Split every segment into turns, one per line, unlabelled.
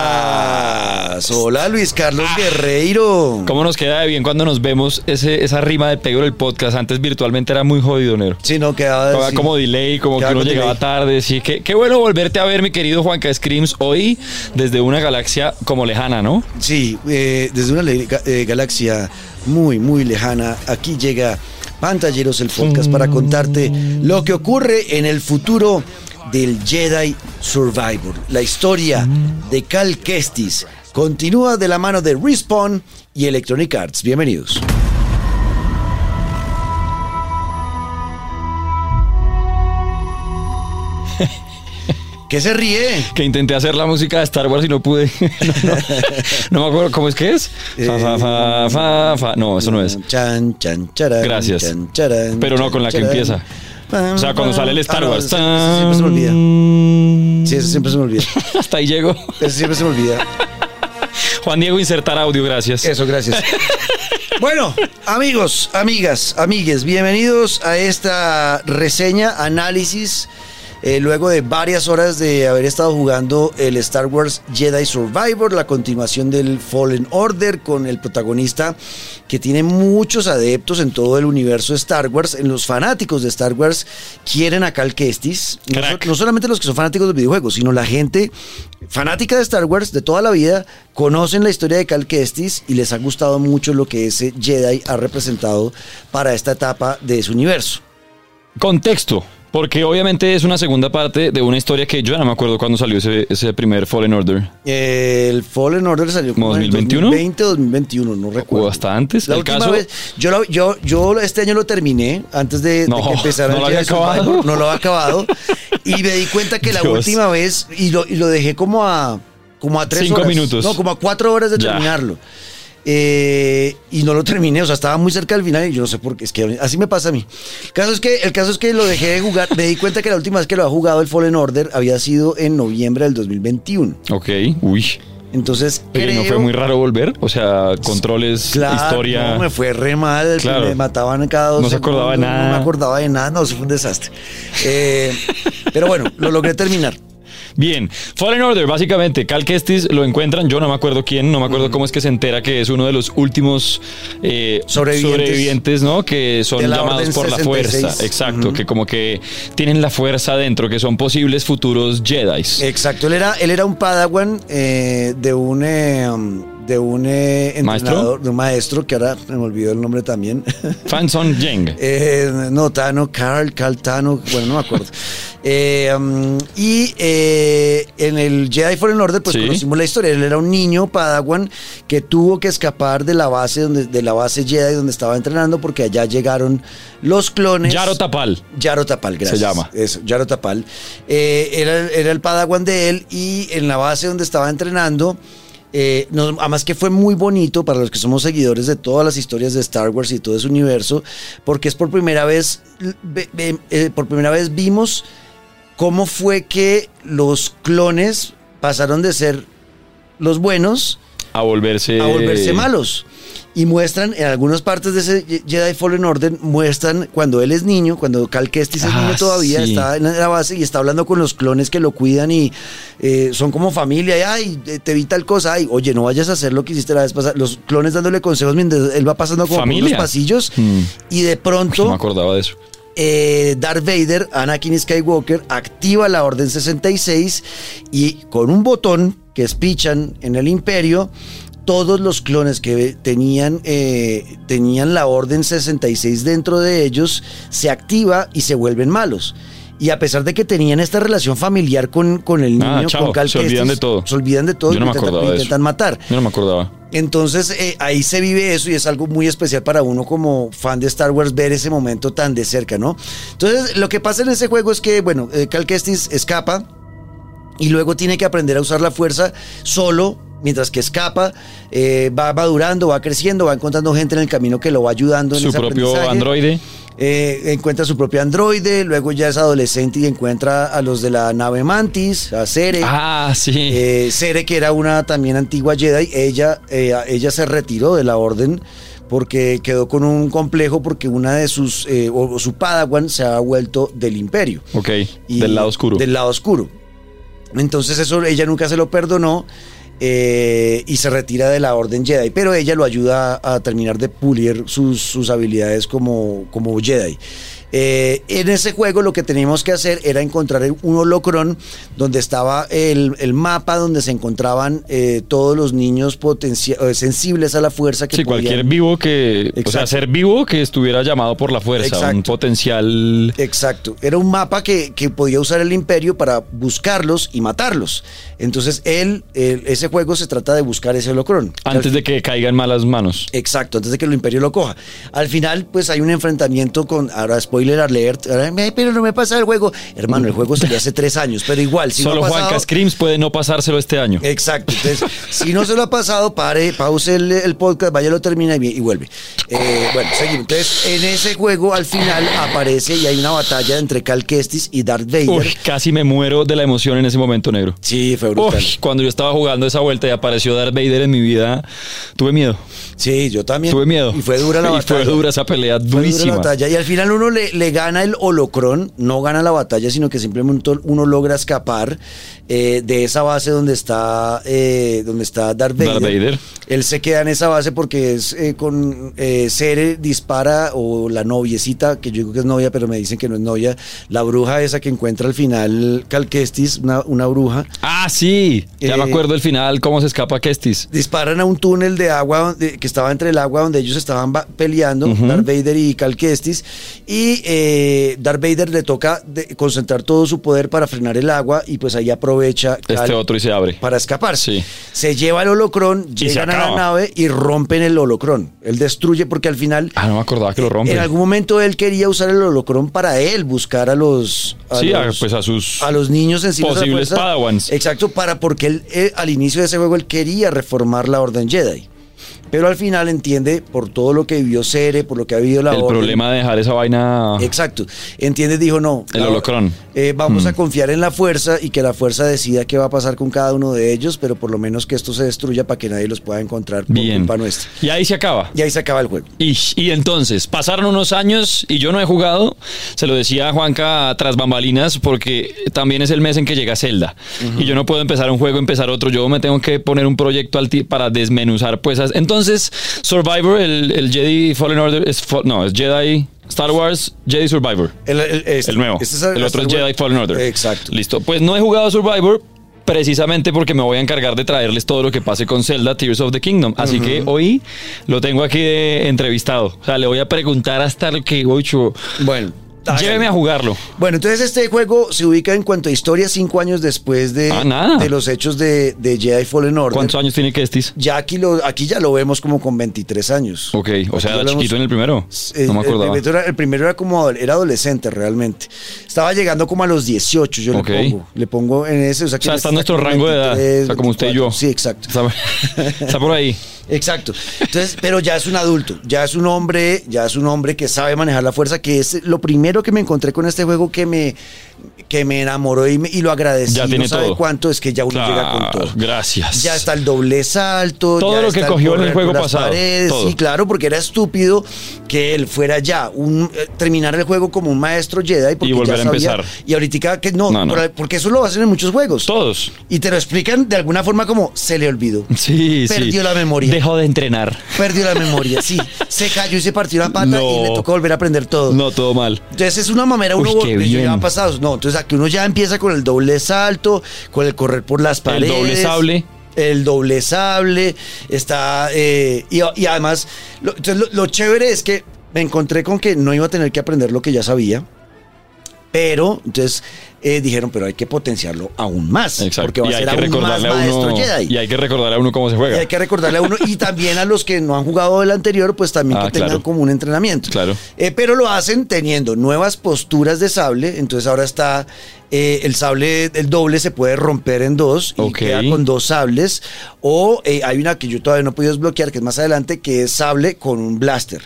podcast. Ah. Hola, Luis Carlos Guerreiro.
¿Cómo nos queda de bien cuando nos vemos ese, esa rima de Pedro del podcast? Antes virtualmente era muy jodido, Nero.
Sí, no quedaba
Estaba
sí.
como delay, como
Quedaba
que uno
con
llegaba
delay.
tarde. Sí, qué, qué bueno volverte a ver, mi querido Juanca Screams, hoy desde una galaxia como lejana, ¿no?
Sí, eh, desde una le- ga- eh, galaxia muy, muy lejana, aquí llega Pantalleros el podcast para contarte lo que ocurre en el futuro del Jedi Survivor. La historia de Cal Kestis continúa de la mano de Respawn y Electronic Arts. Bienvenidos. ¿Qué se ríe?
Que intenté hacer la música de Star Wars y no pude. No, no. No me acuerdo cómo es que es. Fa, fa, fa, fa, fa. No, eso no es.
Chan, chan, charan,
Gracias.
chan, charan,
Pero no con la que
charan.
empieza.
Pam,
O sea, cuando
pam.
sale el Star
Ah, no,
Wars.
eso- eso siempre se me olvida. Sí, eso siempre se me olvida.
Hasta ahí llego.
Eso siempre se me olvida.
Juan Diego, insertar audio, gracias.
Eso, gracias. Bueno, amigos, amigas, amigues, bienvenidos a esta reseña, análisis, eh, luego de varias horas de haber estado jugando el Star Wars Jedi Survivor, la continuación del Fallen Order con el protagonista que tiene muchos adeptos en todo el universo de Star Wars, en los fanáticos de Star Wars quieren a Cal Kestis, no,
Crack.
so- no solamente los que son fanáticos de videojuegos, sino la gente fanática de Star Wars de toda la vida, conocen la historia de Cal Kestis y les ha gustado mucho lo que ese Jedi ha representado para esta etapa de su universo.
Contexto. Porque obviamente es una segunda parte de una historia que yo ya no me acuerdo cuándo salió ese, ese primer Fallen Order.
El Fallen Order salió como en el
2021?
2020 o 2021, no recuerdo.
hasta antes.
La
El
última
caso-
vez, yo, lo- yo, yo este año lo terminé antes de, de
No,
que empezara
no
el
lo había
Jedi Survivor,
acabado.
no lo había acabado. y me di cuenta que la
Dios.
última vez, y lo, y lo dejé como a, como a tres
Cinco
horas.
minutos.
No, como a cuatro horas de
Ya.
terminarlo. Eh, y no lo terminé, o sea, estaba muy cerca del final y yo no sé por qué, es que así me pasa a mí. El caso es que, el caso es que lo dejé de jugar, me di cuenta que la última vez que lo había jugado el Fallen Order había sido en noviembre del 2021.
Ok, uy.
Entonces,
Oye, ¿No fue
creo-
muy raro volver? O sea, controles,
Claro,
historia.
no, me fue re mal,
Claro.
me mataban cada dos
No se acordaba de
segundos, No
nada.
me acordaba de nada, no, eso fue un desastre. Eh, pero bueno, lo logré terminar.
Bien, Fallen Order, básicamente, Cal Kestis lo encuentran, yo no me acuerdo quién, no me acuerdo cómo es que se entera que es uno de los últimos eh,
Sobrevivientes.
sobrevivientes, ¿no? Que son
De la
llamados
Orden
por la
66.
fuerza, exacto, que como que tienen la fuerza dentro, que son posibles futuros Jedi.
Exacto, él era, él era un padawan eh, de un... eh, um, de un eh,
¿Maestro?
entrenador, de un maestro, que ahora me olvidó el nombre también.
Fanson Jeng.
Eh, no, Tano, Carl, Carl Tano, bueno, no me acuerdo. Eh, um, y eh, en el Jedi Fallen Order, pues
Sí.
conocimos la historia. Él era un niño padawan que tuvo que escapar de la base donde, de la base Jedi donde estaba entrenando, porque allá llegaron los clones.
Yaro Tapal.
Yaro Tapal, gracias.
Se llama.
Eso, Yaro Tapal. Eh, era, era el padawan de él y en la base donde estaba entrenando. eh, nos- además que fue muy bonito para los que somos seguidores de todas las historias de Star Wars y todo ese universo, porque es por primera vez, ve- ve- eh, por primera vez vimos cómo fue que los clones pasaron de ser los buenos
A volverse.
a volverse malos. Y muestran, en algunas partes de ese Ye- Jedi Fallen Order, muestran cuando él es niño, cuando Cal Kestis es
Ah,
niño todavía,
sí.
está en la base y está hablando con los clones que lo cuidan y eh, son como familia, y, ay, eh, te vi tal cosa, ay, oye, no vayas a hacer lo que hiciste la vez pasada. Los clones dándole consejos mientras él va pasando como por unos
Familia.
pasillos
Mm.
y de
Uy, no
pronto
me acordaba de eso.
eh, Darth Vader, Anakin Skywalker, activa la Orden 66 y con un botón que es pichan en el imperio, todos los clones que tenían, eh, tenían la Orden 66 dentro de ellos se activa y se vuelven malos. Y a pesar de que tenían esta relación familiar con, con el
Ah,
niño,
chao,
con Cal
se olvidan
Kestis,
de todo.
Se olvidan de todo
Yo
y
no
lo
me
intentan,
acordaba
lo
de eso.
intentan matar.
Yo no me acordaba.
Entonces eh, ahí se vive eso y es algo muy especial para uno como fan de Star Wars ver ese momento tan de cerca, ¿no? Entonces lo que pasa en ese juego es que, bueno, eh, Cal Kestis escapa y luego tiene que aprender a usar la fuerza solo mientras que escapa, eh, va madurando, va creciendo, va encontrando gente en el camino que lo va ayudando. En
Su
ese
propio
aprendizaje.
androide.
Eh, encuentra su propio androide, luego ya es adolescente y encuentra a los de la nave Mantis, a Cere.
Ah, sí.
Eh, Cere, que era una también antigua Jedi, ella, eh, ella se retiró de la orden porque quedó con un complejo porque una de sus, eh, o, o su Padawan se ha vuelto del imperio.
ok,
Y-
del lado oscuro.
Del lado oscuro. Entonces eso ella nunca se lo perdonó eh, y se retira de la Orden Jedi, pero ella lo ayuda a, a terminar de pulir sus, sus habilidades como, como Jedi. Eh, en ese juego lo que teníamos que hacer era encontrar un holocrón donde estaba el, el mapa donde se encontraban eh, todos los niños potencia- eh, sensibles a la fuerza que
Sí,
podían-
cualquier vivo que. O sea,
Exacto.
ser vivo que estuviera llamado por la fuerza, un
Exacto.
potencial.
Exacto. Era un mapa que, que podía usar el imperio para buscarlos y matarlos. Entonces, él, él- ese juego se trata de buscar ese holocrón.
Antes de que caiga en malas manos.
Exacto, antes de que el imperio lo coja. Al final, pues hay un enfrentamiento con. Ahora, spoiler alert. ahora, "Ay, Pero no me pasa el juego. Hermano, el juego salió hace tres años, pero igual. Si no ha
Solo Juan
pasado- Eh,
Cascrims puede no pasárselo este año.
Exacto. Entonces, si no se lo ha pasado, pare, pause el, el podcast, vaya, lo termina y, vi- y vuelve. Eh, bueno, seguimos. Entonces, en ese juego, al final aparece y hay una batalla entre Cal Kestis y Darth Vader.
Uy, casi me muero de la emoción en ese momento negro.
Sí, fue brutal.
Uy, cuando yo estaba jugando esa vuelta y apareció Darth Vader en mi vida, tuve miedo.
Sí, yo también.
Tuve miedo.
Y fue dura la
Y
batalla.
fue dura esa pelea,
Fue dura la
durísima.
batalla. Y al final uno le, le gana el holocrón, no gana la batalla, sino que simplemente uno logra escapar eh, de esa base donde está, eh, donde está Darth Vader.
Darth Vader.
Él se queda en esa base porque es eh, con eh, Cere dispara o la noviecita, que yo digo que es novia, pero me dicen que no es novia, la bruja esa que encuentra al final Calquestis, una, una bruja.
Ah, sí. Ya me
Eh,
acuerdo el final, cómo se escapa Kestis.
disparan a un túnel de agua donde- que estaba entre el agua donde ellos estaban ba- peleando, Darth Vader y Cal Kestis, y eh, Darth Vader le toca de- concentrar todo su poder para frenar el agua y pues ahí aprovecha Cal
Este otro y se abre.
para escaparse.
Sí.
Se lleva el holocrón,
se
llegan a la
acaba.
nave y rompen el holocrón. Él destruye porque al final
Ah, no me acordaba que lo rompen.
en algún momento él quería usar el holocrón para él buscar a los a
Sí, a-
los-
pues a sus
a los niños en sí
posibles padawans.
Exacto, para porque él eh, al inicio de ese juego él quería reformar la Orden Jedi. Pero al final entiende por todo lo que vivió Cere, por lo que ha vivido la
el
Orden.
problema de dejar esa vaina.
Exacto. Entiende, dijo no.
El
la-
holocrón. Mm.
eh, vamos a confiar en la fuerza y que la fuerza decida qué va a pasar con cada uno de ellos, pero por lo menos que esto se destruya para que nadie los pueda encontrar por
Bien.
culpa nuestra.
Y ahí se acaba.
Y ahí se acaba el juego.
Y, y entonces, pasaron unos años y yo no he jugado. Se lo decía a Juanca tras bambalinas porque también es el mes en que llega Zelda. Y yo no puedo empezar un juego, empezar otro. Yo me tengo que poner un proyecto al ti- para desmenuzar pues as- Entonces, Survivor, el, el Jedi Fallen Order, es, fo- no, es Jedi Star Wars, Jedi Survivor.
El, el- este-
El nuevo.
este es
el otro es
este-
Jedi Fallen Order.
Exacto.
Listo. Pues no he jugado Survivor precisamente porque me voy a encargar de traerles todo lo que pase con Zelda Tears of the Kingdom. Así que hoy lo tengo aquí de entrevistado. O sea, le voy a preguntar hasta lo que ocho.
Bueno.
Lléveme a jugarlo.
Bueno, entonces este juego se ubica en cuanto a historia cinco años después de,
Ah, nada.
de los hechos de, de Jedi Fallen Order.
¿Cuántos años tiene Kestis?
Ya aquí, lo, aquí ya lo vemos como con 23 años.
Ok, o sea,
Aquí
era
hablamos-
chiquito en el primero.
Eh,
No me
el
acordaba.
primero era- El, primero era como adole- era adolescente realmente. Estaba llegando como a los 18, yo
Ok.
le pongo. Le pongo en ese. O sea, que
O sea,
él
está en nuestro
como
rango de edad.
23,
O sea, como usted y yo.
24. Sí, exacto.
Está, está por ahí.
Exacto. Entonces, pero ya es un adulto, ya es un hombre, ya es un hombre que sabe manejar la fuerza, que es lo primero que me encontré con este juego que me, que me enamoró y, me- y lo agradecí.
Ya tiene
no sabe
todo.
cuánto es que ya uno llega
Claro,
con todo.
Gracias.
Ya está el doble salto.
Todo
ya
lo que
está
cogió en el
correr
juego
por las
pasado,
paredes.
todo.
Sí, claro, porque era estúpido que él fuera ya un eh, terminar el juego como un maestro Jedi porque
Y volver
ya
a
sabía-
empezar.
Y ahorita que no,
No, no.
por- porque eso lo hacen en muchos juegos.
Todos.
Y te lo explican de alguna forma como se le olvidó.
Sí, sí.
Perdió la memoria.
Dejó de entrenar.
Perdió la memoria, sí. Se cayó y se partió la pata
No.
y le tocó volver a aprender todo.
No, todo mal.
Entonces es una mamera,
Uy,
uno
qué
vol-
bien.
ya han pasado. No, entonces aquí uno ya empieza con el doble salto, con el correr por las
El
paredes.
doble sable.
El doble sable. Está. eh, y, y además, lo, entonces lo- lo chévere es que me encontré con que no iba a tener que aprender lo que ya sabía. Pero, entonces, eh, dijeron, pero hay que potenciarlo aún más.
Exacto.
Porque va
y
a ser
hay que
aún más
recordarle a
maestro
uno,
Jedi.
y hay que recordarle a uno cómo se
Y
juega.
hay que recordarle a uno y también a los que no han jugado el anterior, pues también
Ah,
que tengan
claro.
como un entrenamiento.
Claro.
Eh, pero lo hacen teniendo nuevas posturas de sable. Entonces ahora está eh, el sable, el doble se puede romper en dos y
Ok.
queda con dos sables. O eh, hay una que yo todavía no he podido desbloquear, que es más adelante, que es sable con un blaster.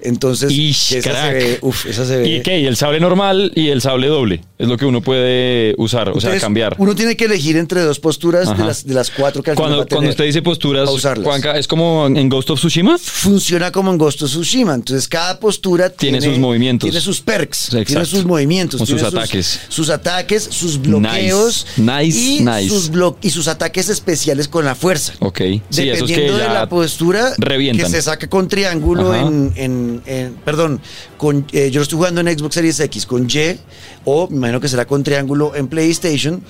Entonces,
Ish,
que esa se,
crack.
ve, uf, esa se ve.
¿Y qué? Y el sable normal y el sable doble. Es lo que uno puede usar, o sea,
Entonces,
cambiar.
Uno tiene que elegir entre dos posturas de
Ajá.
las, de las cuatro que al final va
Cuando,
a
cuando
tener.
usted dice posturas,
a usarlas.
Juanca, ¿es como en Ghost of Tsushima?
funciona como en Ghost of Tsushima. Entonces, cada postura
Tiene sus movimientos.
Tiene sus perks,
Exacto.
tiene sus movimientos,
Con sus
tiene
ataques.
Sus ataques, sus bloqueos.
nice,
y,
nice.
Sus blo- y sus ataques especiales con la fuerza.
Ok. Sí, esos que
Dependiendo de
ya
la postura
revientan.
que se saca con triángulo
Ajá.
en, en- en- perdón, con eh, yo lo estoy jugando en Xbox Series X con Y o me imagino que será con triángulo en PlayStation.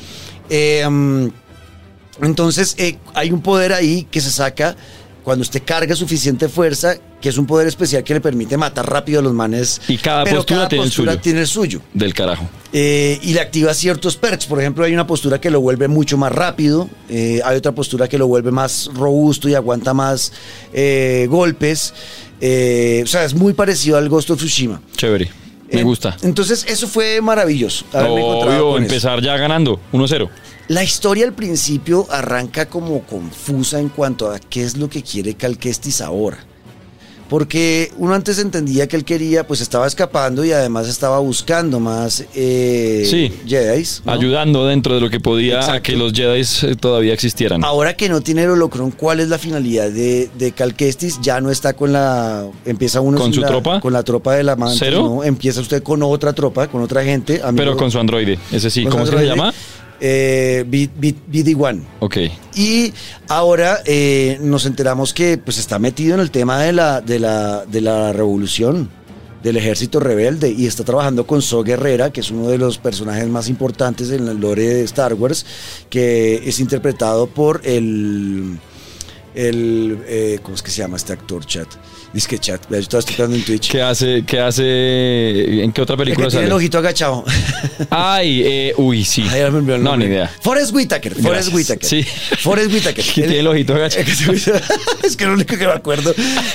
Eh, mm, entonces eh, hay un poder ahí que se saca cuando usted carga suficiente fuerza, que es un poder especial que le permite matar rápido a los manes.
Y cada
pero
postura
cada
tiene el
postura
suyo.
tiene el suyo.
Del carajo.
Eh, y le activa ciertos perks. Por ejemplo, hay una postura que lo vuelve mucho más rápido. eh, hay otra postura que lo vuelve más robusto y aguanta más eh, golpes. eh, o sea, es muy parecido al Ghost of Tsushima.
Chévere. Me
Eh,
gusta.
Entonces, eso fue maravilloso. haberme encontrado
Obvio,
con eso.
empezar ya ganando. 1-0.
La historia al principio arranca como confusa en cuanto a qué es lo que quiere Calquestis ahora. Porque uno antes entendía que él quería, pues estaba escapando y además estaba buscando más eh,
Sí.
Jedis, ¿no?
Ayudando dentro de lo que podía a que los Jedi eh, todavía existieran.
Ahora que no tiene el holocron, ¿cuál es la finalidad de, de Calquestis? Ya no está con la. Empieza uno
¿Con
sin
su
la-
tropa?
Con la tropa de la mano.
¿Cero?
Empieza usted con otra tropa, con otra gente. amigo-
pero con su androide. Ese sí.
con
¿Cómo es que
otro
se
gente.
llama?
Eh, B- B- BD-1.
Ok.
Y ahora eh, nos enteramos que pues está metido en el tema de la, de la, de la revolución, del ejército rebelde, y está trabajando con So Guerrera, que es uno de los personajes más importantes en el lore de Star Wars, que es interpretado por el... el eh, ¿Cómo es que se llama este actor, chat? Dice que chat, vea, yo estaba explicando en Twitch.
¿Qué hace? ¿Qué hace? ¿En qué otra
El que
película
tiene
sale?
el ojito agachado.
Ay, eh, uy, sí.
Ay, ya me olvidó el
no, ni
nombre.
idea.
Forrest Whitaker. Forrest
Gracias.
Whitaker.
Sí.
Forrest Whitaker.
Que tiene el ojito agachado.
es que es lo único que me acuerdo.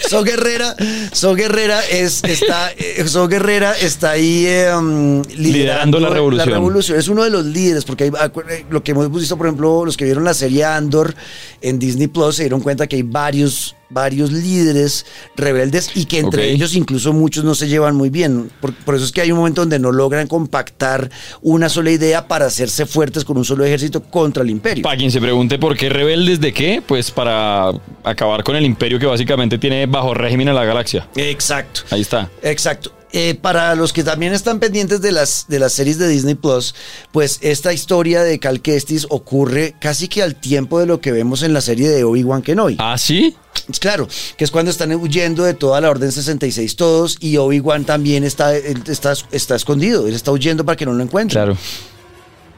So Guerrera, So Guerrera es, está, eh, So Guerrera está ahí eh, um,
Liderando la revolución.
revolución. Es uno de los líderes, porque hay- acu- eh, lo que hemos visto, por ejemplo, los que vieron la serie Andor en Disney Plus se dieron cuenta que hay varios varios líderes rebeldes y que entre
Ok.
ellos pues, incluso muchos no se llevan muy bien. Por, por eso es que hay un momento donde no logran compactar una sola idea para hacerse fuertes con un solo ejército contra el imperio.
Para quien se pregunte por qué rebeldes de qué, pues para acabar con el imperio que básicamente tiene bajo régimen a la galaxia.
Exacto.
Ahí está.
Exacto. Eh, para los que también están pendientes de las, de las series de Disney Plus, pues esta historia de Cal Kestis ocurre casi que al tiempo de lo que vemos en la serie de Obi-Wan Kenobi.
¿Ah, sí?
Claro, que es cuando están huyendo de toda la Orden 66 todos y Obi-Wan también está, él está, está escondido, él está huyendo para que no lo encuentren.
Claro.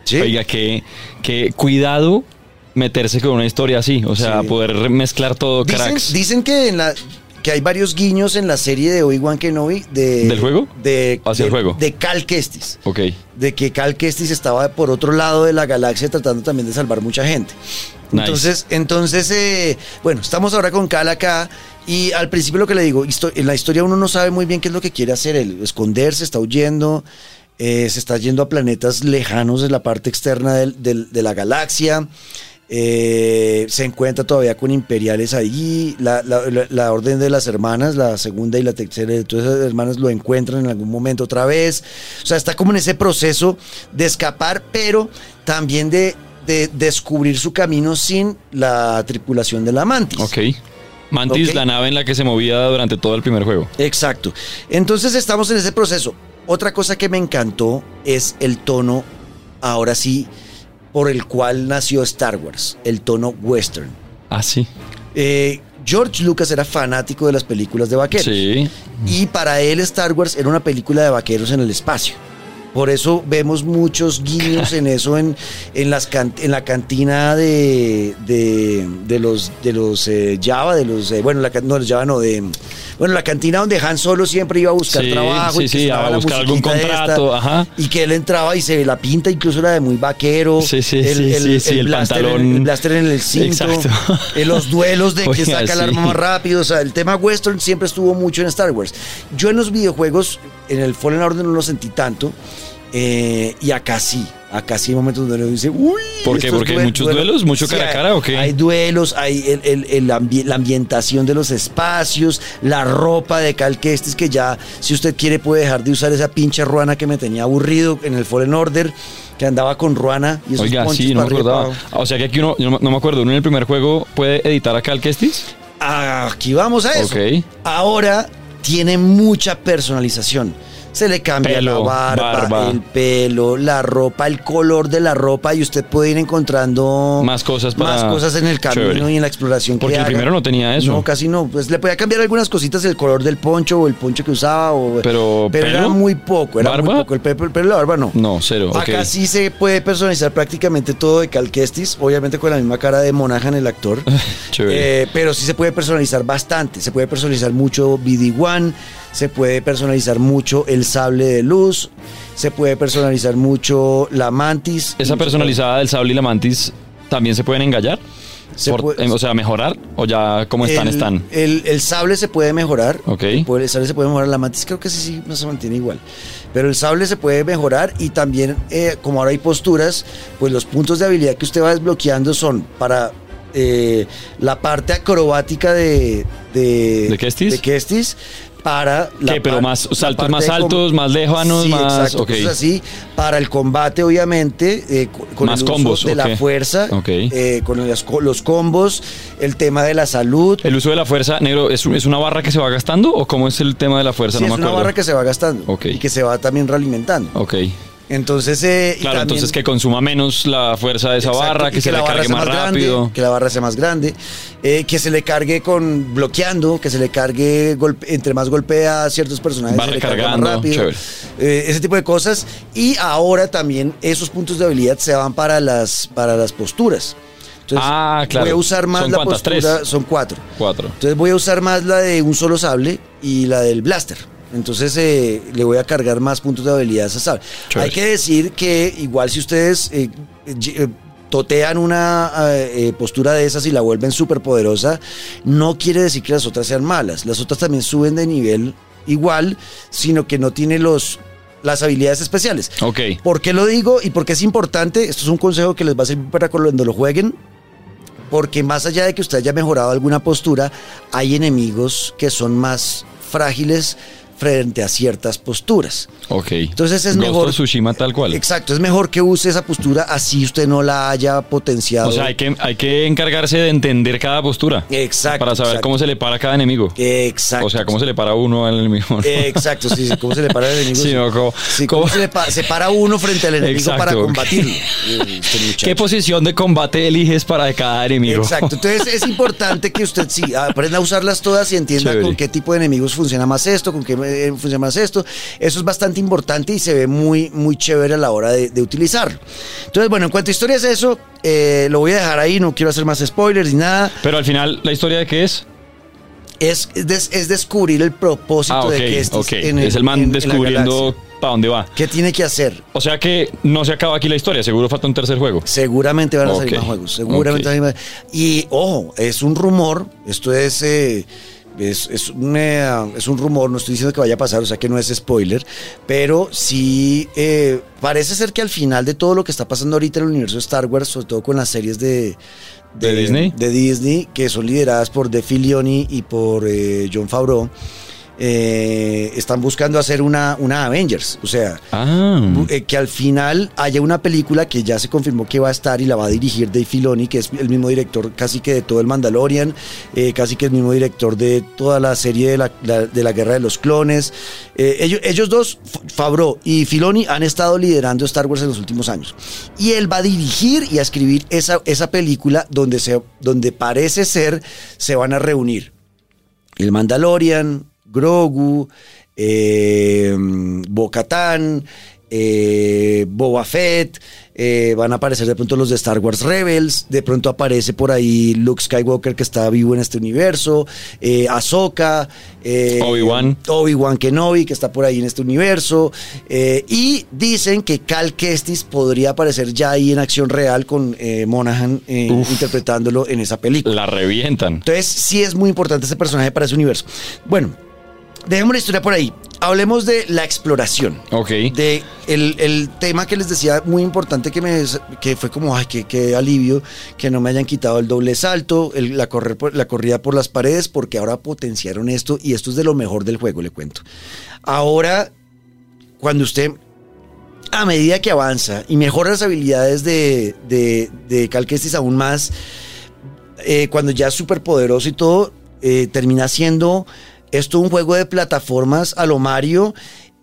Sí.
Oiga, que, que cuidado meterse con una historia así. O sea,
Sí.
poder re- mezclar todo,
Dicen,
cracks.
dicen que, en la, que hay varios guiños en la serie de Obi-Wan Kenobi de,
¿Del juego?
De,
Hacia
de-
el juego.
de Cal Kestis.
ok.
de que Cal Kestis estaba por otro lado de la galaxia tratando también de salvar mucha gente.
Nice.
Entonces, entonces eh, bueno, estamos ahora con Cal acá y al principio lo que le digo, histo- en la historia uno no sabe muy bien qué es lo que quiere hacer, él esconderse, está huyendo, eh, se está yendo a planetas lejanos de la parte externa del- del- de la galaxia. eh, se encuentra todavía con imperiales allí, la, la- la- la orden de las hermanas, la segunda y la tercera, entonces las hermanas lo encuentran en algún momento otra vez, o sea, está como en ese proceso de escapar, pero también de, de descubrir su camino sin la tripulación de la Mantis.
Ok. Mantis,
Ok.
la nave en la que se movía durante todo el primer juego.
Exacto. Entonces estamos en ese proceso. Otra cosa que me encantó es el tono, ahora sí, por el cual nació Star Wars, el tono western.
Ah, sí.
Eh, George Lucas era fanático de las películas de vaqueros.
Sí.
Y para él Star Wars era una película de vaqueros en el espacio. Por eso vemos muchos guiños en eso, en, en, las can- en la cantina de, de, de los, de los eh, Java, de los, eh, bueno, la, can- no, los Java no, de, Bueno, la cantina donde Han Solo siempre iba a buscar
Sí,
trabajo. y
sí,
que
sí,
sonaba
a
la
buscar algún
musiquita
contrato, ajá.
Y que él entraba y se la pinta, incluso era de muy vaquero.
Sí, sí, sí, sí, sí, el
blaster en-
pantalón.
el blaster en el cinto.
Exacto.
eh, los duelos de que
Oiga,
saca el
sí.
arma más rápido. O sea, el tema western siempre estuvo mucho en Star Wars. Yo en los videojuegos, en el Fallen Order no lo sentí tanto. eh, y acá sí. Acá sí hay momentos donde uno dice, uy.
¿Por qué?
estos
¿Porque hay
due-
muchos duelos? ¿Mucho cara a
hay-
cara o qué?
Hay duelos, hay el- el- el ambi- la ambientación de los espacios, la ropa de Cal Kestis, que ya, si usted quiere, puede dejar de usar esa pinche ruana que me tenía aburrido en el Fallen Order, que andaba con ruana y esos
Oiga,
ponchos
sí, no me
para arriba y para
acordaba.
abajo.
Ah, O sea que aquí uno, yo no, me- no me acuerdo, uno en el primer juego puede editar acá al Kestis.
Aquí vamos a eso.
Ok.
Ahora tiene mucha personalización. Se le cambia la
Pelo,
barba,
barba.
el pelo, la ropa, el color de la ropa y usted puede ir encontrando
Más cosas para-
más cosas en el camino
Chévere.
y en la exploración. que
Porque el
haga.
primero no tenía eso.
No, casi no. Pues le podía cambiar algunas cositas el color del poncho o el poncho que usaba. O,
Pero,
era
¿pelo?
muy poco. Era muy
¿Barba?
poco. El pe- el pelo y la barba no.
No, cero. ok.
Acá sí se puede personalizar prácticamente todo de Calquestis, obviamente con la misma cara de Monaghan el actor.
Chévere.
Eh, pero sí se puede personalizar bastante. Se puede personalizar mucho BD-1, se puede personalizar mucho el sable de luz, se puede personalizar mucho la mantis.
Esa personalizada del sable y la mantis también se pueden engallar.
Se
Por-
puede-
eh, o sea, mejorar o ya como están,
el,
están.
El, el sable se puede mejorar.
Ok.
El puede- El sable se puede mejorar. La mantis creo que sí, sí, no se mantiene igual. Pero el sable se puede mejorar y también, eh, como ahora hay posturas, pues los puntos de habilidad que usted va desbloqueando son para eh, la parte acrobática de. ¿De,
¿De Kestis?
de Kestis, Para
¿Qué? Pero
par-
más-
la
saltos
parte
más
de com-
altos, más lejanos,
Sí,
más-
exacto,
ok.
cosas así. Para el combate, obviamente, eh, co- con
Más
el uso
combos,
de la
ok.
fuerza,
Ok.
eh, con las co- los combos, el tema de la salud,
El uso de la fuerza, negro, ¿es, es una barra que se va gastando o cómo es el tema de la fuerza?
Sí,
pues, no
es
me
una
acuerdo.
barra que se va gastando
Ok.
y que se va también realimentando.
Ok.
Entonces, eh, y
Claro,
también-
entonces que consuma menos la fuerza de esa
Exacto,
barra,
y
que, se
la
le
barra
cargue
sea
más
grande,
rápido.
que la barra sea más grande, eh, que se le cargue con bloqueando, que se le cargue golpe- entre más golpea a ciertos personajes,
Va
se le carga más
recargando,
rápido,
chévere.
eh, ese tipo de cosas. Y ahora también esos puntos de habilidad se van para las, para las posturas. Entonces,
Ah, claro.
voy a usar más
¿Son
la
cuántas?
postura,
¿Tres?
son cuatro.
Cuatro.
Entonces voy a usar más la de un solo sable y la del blaster. Entonces eh, le voy a cargar más puntos de habilidad a ese sable.
Chévere.
Hay que decir que igual si ustedes eh, eh, totean una eh, eh, postura de esas y la vuelven súper poderosa, no quiere decir que las otras sean malas. Las otras también suben de nivel igual, sino que no tiene los, las habilidades especiales.
Ok.
¿Por qué lo digo y por qué es importante? Esto es un consejo que les va a servir para cuando lo jueguen. Porque más allá de que usted haya mejorado alguna postura, hay enemigos que son más frágiles frente a ciertas posturas.
Ok.
Entonces es
Ghost
mejor-
of Tsushima tal cual.
Exacto, es mejor que use esa postura así usted no la haya potenciado.
O sea, hay que, hay que encargarse de entender cada postura.
Exacto,
Para saber
exacto.
cómo se le para a cada enemigo.
Exacto.
O sea, cómo se le para uno al enemigo. ¿no?
Exacto, sí, sí, cómo se le para al enemigo.
Sí, no, como-
Sí, cómo
como-
se, le pa- se para uno frente al enemigo
Exacto.
para combatirlo. Eh, este muchacho.
¿Qué posición de combate eliges para cada enemigo?
Exacto, entonces es importante que usted sí aprenda a usarlas todas y entienda
Chévere.
con qué tipo de enemigos funciona más esto, con qué eh, funciona más esto. Eso es bastante importante y se ve muy, muy chévere a la hora de, de utilizarlo. Entonces, bueno, en cuanto a historia es eso, eh, lo voy a dejar ahí, no quiero hacer más spoilers ni nada.
Pero al final, ¿la historia de qué es?
Es, es des- es descubrir el propósito
Ah, ok,
de que este
ok. es el man descubriendo para dónde va.
¿Qué tiene que hacer?
O sea que no se acaba aquí la historia, seguro falta un tercer juego.
Seguramente van a salir
Ok,
más juegos. Seguramente
ok.
van a salir más- Y ojo, es un rumor. Esto es. eh, es, es un, eh, es un rumor, no estoy diciendo que vaya a pasar, o sea que no es spoiler, pero sí eh, parece ser que al final de todo lo que está pasando ahorita en el universo de Star Wars, sobre todo con las series de,
¿De Disney?
de Disney, que son lideradas por De Filioni y por eh, John Favreau, eh, están buscando hacer una, una Avengers, o sea,
Ah,
Bu- eh, que al final haya una película que ya se confirmó que va a estar y la va a dirigir Dave Filoni, que es el mismo director casi que de todo el Mandalorian, eh, casi que el mismo director de toda la serie de la, la- de la Guerra de los Clones. Eh, ellos, ellos dos, F- Favreau y Filoni, han estado liderando Star Wars en los últimos años. Y él va a dirigir y a escribir esa, esa película donde, se, donde parece ser se van a reunir el Mandalorian, Grogu, eh, Bo-Katan, eh, Boba Fett, eh, van a aparecer de pronto los de Star Wars Rebels, de pronto aparece por ahí Luke Skywalker que está vivo en este universo, eh, Ahsoka, eh,
Obi-Wan.
Obi-Wan Kenobi que está por ahí en este universo, eh, y dicen que Cal Kestis podría aparecer ya ahí en acción real con eh, Monaghan eh,
Uf.
interpretándolo en esa película.
La revientan.
Entonces, sí es muy importante ese personaje para ese universo. Bueno, dejemos la historia por ahí. Hablemos de la exploración.
Ok.
De el, el tema que les decía muy importante que me que fue como ay qué, qué alivio que no me hayan quitado el doble salto, el- la correr por- la corrida por las paredes porque ahora potenciaron esto y esto es de lo mejor del juego, le cuento. Ahora cuando usted a medida que avanza y mejora las habilidades de, de, de Cal Kestis aún más, eh, cuando ya es súper poderoso y todo, eh, termina siendo esto un juego de plataformas a lo Mario.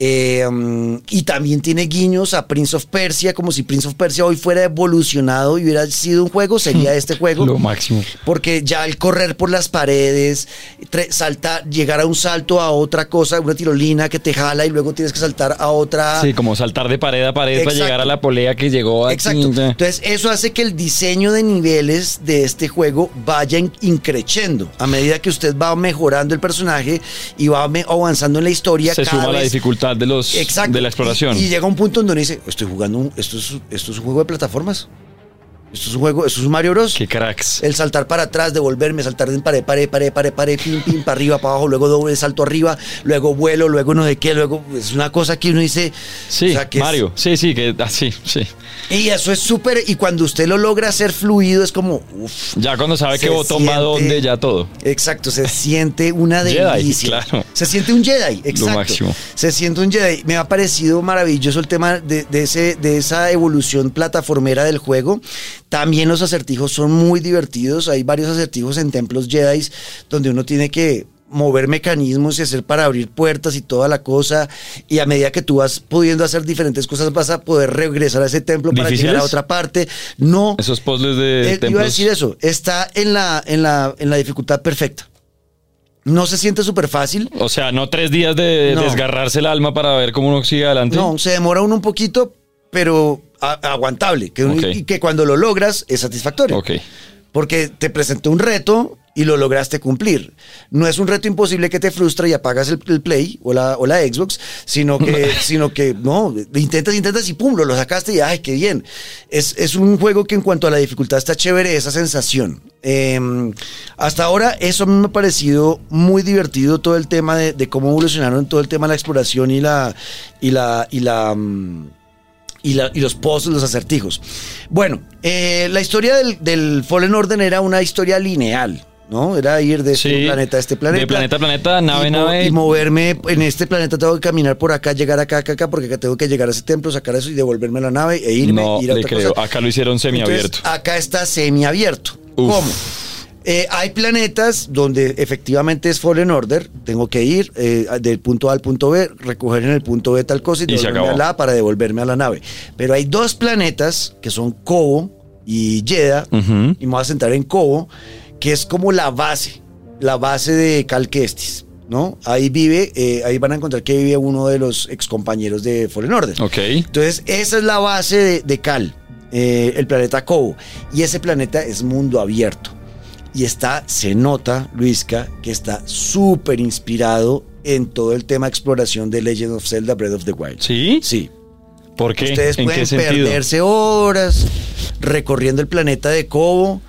eh, mm, y también tiene guiños a Prince of Persia, como si Prince of Persia hoy fuera evolucionado y hubiera sido un juego, sería este juego.
Lo máximo.
Porque ya el correr por las paredes, tre- saltar, llegar a un salto a otra cosa, una tirolina que te jala y luego tienes que saltar a otra.
Sí, como saltar de pared a pared para
Ah. Exacto.
llegar a la polea que llegó a
Exacto. Entonces, eso hace que el diseño de niveles de este juego vaya in- increciendo. A medida que usted va mejorando el personaje y va me- avanzando en la historia,
se
cada
suma la
vez-
dificultad de los
Exacto.
de la exploración.
Y, y llega un punto en donde dice, estoy jugando, un- esto, es, esto es un juego de plataformas. Esto es un juego, esto es un Mario Bros.
Qué cracks.
El saltar para atrás, devolverme, saltar de pared, pared, pared, pared, pared, pim, pim, para arriba, para abajo, luego doble salto arriba, luego vuelo, luego no sé qué, luego es una cosa que uno dice.
Sí,
o sea, que es-
Mario. Sí, sí, que así, sí.
y eso es súper, y cuando usted lo logra hacer fluido, es como, uff,
Ya cuando sabe
Se
qué botón va
siente-
dónde, ya todo.
Exacto, se siente una
Jedi,
delicia.
claro.
Se siente un Jedi, exacto.
máximo.
Se siente un Jedi. Me ha parecido maravilloso el tema de, de ese, de esa evolución plataformera del juego. También los acertijos son muy divertidos. Hay varios acertijos en templos Jedi donde uno tiene que mover mecanismos y hacer para abrir puertas y toda la cosa y a medida que tú vas pudiendo hacer diferentes cosas vas a poder regresar a ese templo para llegar
¿Difíciles?
a otra parte no
Esos puzzles de
eh, iba a
templos.
decir eso. Está en la, en la, en la dificultad perfecta. No se siente súper fácil.
O sea, no tres días de
No.
desgarrarse el alma para ver cómo uno sigue adelante.
No, se demora uno un poquito, pero a- aguantable. Que,
Ok.
y que cuando lo logras es satisfactorio.
Ok.
Porque te presentó un reto y lo lograste cumplir. No es un reto imposible que te frustra y apagas el, el Play o la, o la Xbox, sino que, sino que no, intentas, intentas y pum, lo, lo sacaste y ay, qué bien. Es, es un juego que en cuanto a la dificultad está chévere esa sensación. Eh, hasta ahora eso a mí me ha parecido muy divertido todo el tema de, de cómo evolucionaron todo el tema de la exploración y la... Y la, y la mm, y, la- y los puzzles, los acertijos. Bueno, eh, la historia del, del Fallen Order era una historia lineal. ¿No? Era ir de este
Sí,
planeta a este
de
planeta.
planeta a planeta, nave a
y mo-
nave.
Y moverme en este planeta, tengo que caminar por acá, llegar acá, acá, acá, porque acá tengo que llegar a ese templo, sacar eso y devolverme a la nave e irme.
no
ir a
le
otra
creo.
cosa.
Acá lo hicieron semiabierto.
Entonces, acá está semiabierto.
Uf.
¿Cómo? Eh, hay planetas donde efectivamente es Fallen Order. Tengo que ir eh, del punto A al punto B, recoger en el punto B tal cosa y,
Y se
devolverme a
acabó.
la A para devolverme a la nave. Pero hay dos planetas que son Cobo y Jeddah.
Ujú.
Y me voy a sentar en Cobo, que es como la base, la base de Cal Kestis. ¿No? Ahí vive, eh, ahí van a encontrar que vive uno de los excompañeros de Fallen Order.
Ok.
Entonces, esa es la base de, de Cal, eh, el planeta Cobo. Y ese planeta es mundo abierto. Y está, se nota, Luisca, que está súper inspirado en todo el tema de exploración de Legend of Zelda Breath of the Wild.
¿Sí?
Sí.
¿Por qué?
Ustedes
¿En
pueden
qué sentido?
perderse horas recorriendo el planeta de Cobo,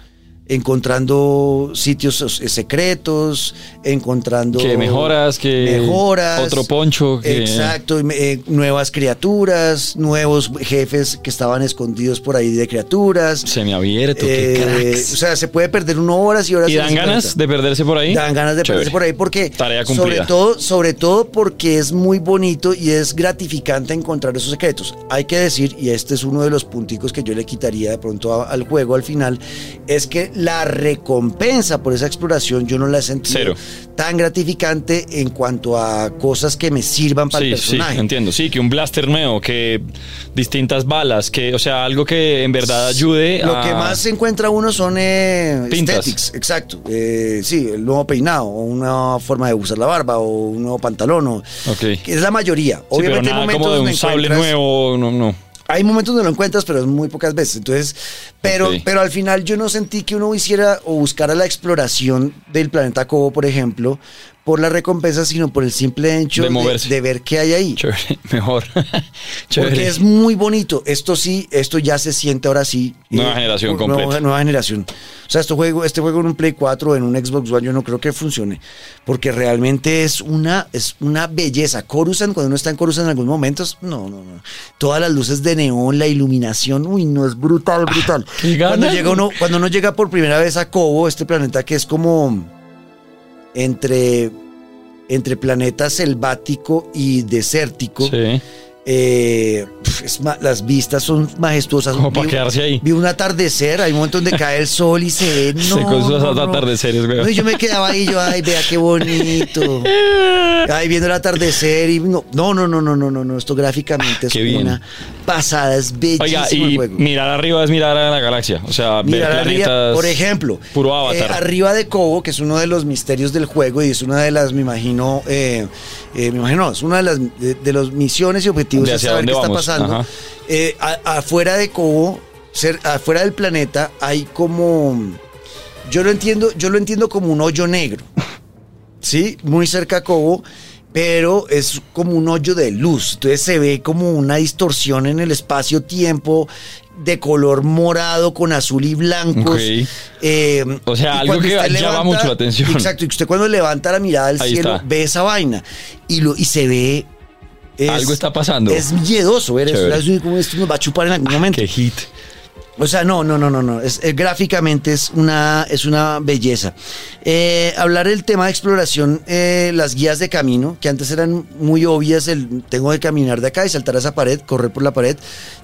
encontrando sitios eh, secretos, encontrando...
Que mejoras, que
Mejoras.
otro poncho, que-
Exacto, y me- eh, nuevas criaturas, nuevos jefes que estaban escondidos por ahí de criaturas.
Semiabierto, qué
Eh,
cracks.
o sea, se puede perder uno horas y horas.
¿Y
en
dan
ese
ganas
planeta.
de perderse por ahí?
Dan ganas de
Chévere.
perderse por ahí porque
Tarea
sobre
cumplida.
todo, sobre todo porque es muy bonito y es gratificante encontrar esos secretos. Hay que decir, y este es uno de los punticos que yo le quitaría de pronto a- al juego al final, es que la recompensa por esa exploración yo no la he sentido
Cero.
tan gratificante en cuanto a cosas que me sirvan para
Sí,
el
sí,
personaje.
entiendo. Sí, que un blaster nuevo, que distintas balas, que, o sea, algo que en verdad ayude
Lo
a-
que más se encuentra uno son eh,
Pintas.
aesthetics, exacto. Eh, sí, el nuevo peinado, o una forma de usar la barba, o un nuevo pantalón. O,
Ok.
que Es la mayoría.
Sí, pero
Obviamente hay
nada
momentos
como de
donde
un sable
encuentras-
nuevo, no, no.
Hay momentos donde lo encuentras, pero es muy pocas veces. Entonces, pero,
Ok.
pero al final yo no sentí que uno hiciera o buscara la exploración del planeta Cobo, por ejemplo, por la recompensa, sino por el simple hecho
De
de,
moverse.
de ver qué hay ahí.
Chévere, mejor. Chévere.
Porque es muy bonito. Esto sí, esto ya se siente ahora sí. eh,
Nueva generación
nueva-
completa.
Nueva generación. O sea, este juego, este juego en un Play 4, en un Xbox One, yo no creo que funcione. Porque realmente es una, es una belleza. Coruscant, cuando uno está en Coruscant en algunos momentos, no, no, no. Todas las luces de neón, la iluminación, uy, no, es brutal, brutal.
Ah, qué ganas.
cuando, llega uno, cuando uno llega por primera vez a Cobo, este planeta que es como entre, entre planeta selvático y desértico.
Sí.
Eh, pf, es ma- las vistas son majestuosas.
Como para
Vi-
quedarse ahí.
Vi un atardecer, hay un momento donde cae el sol y se ve. No,
Sí, con esos
no, no.
atardeceres, güey.
No, y yo me quedaba ahí, yo, ay, vea qué bonito. Ay, viendo el atardecer y no, no, no, no, no, no, no, no, esto gráficamente es
Ah, qué bien.
una pasada, es bellísimo
Oiga,
el
y
juego.
mirar arriba es mirar a la galaxia. O sea, ver
Mirar arriba,
planetas.
por ejemplo,
Puro
eh,
avatar.
arriba de Cobo, que es uno de los misterios del juego y es una de las, me imagino, eh, eh, me imagino, no, es una de las de, de los misiones y objetivos es
De hacia
saber qué
dónde
está
vamos,
pasando.
ajá.
Eh, a- afuera de Cobo, cer- afuera del planeta, hay como, yo lo entiendo, yo lo entiendo como un hoyo negro, sí, muy cerca a Cobo. Pero es como un hoyo de luz, entonces se ve como una distorsión en el espacio-tiempo de color morado con azul y blanco.
Ok.
Eh,
O
y
sea, algo
cuando
que
usted
llama mucho la atención.
Exacto, y usted cuando levanta la mirada al
Ahí
cielo
está.
ve esa vaina y, lo, y se ve. es-
Algo está pasando.
Es miedoso ver eso.
Chévere. Ah,
Es como esto nos va a chupar en algún momento.
Qué hit.
O sea, no, no, no, no, no. Es, eh, gráficamente es una, es una belleza. Eh, hablar del tema de exploración, eh, las guías de camino, que antes eran muy obvias, el tengo que caminar de acá y saltar a esa pared, correr por la pared,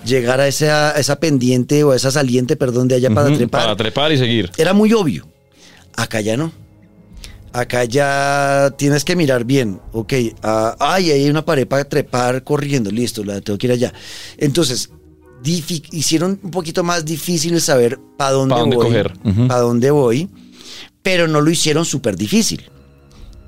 llegar a esa, a esa pendiente o a esa saliente, perdón, de allá para
Ujú,
trepar
Para trepar y seguir.
era muy obvio. Acá ya no. Acá ya tienes que mirar bien. Ok, ah, ay, ahí hay una pared para trepar corriendo. Listo, la tengo que ir allá. Entonces, difi- hicieron un poquito más difícil saber para dónde,
Pa' dónde
voy.
coger, ujú.
Para dónde voy. Pero no lo hicieron súper difícil.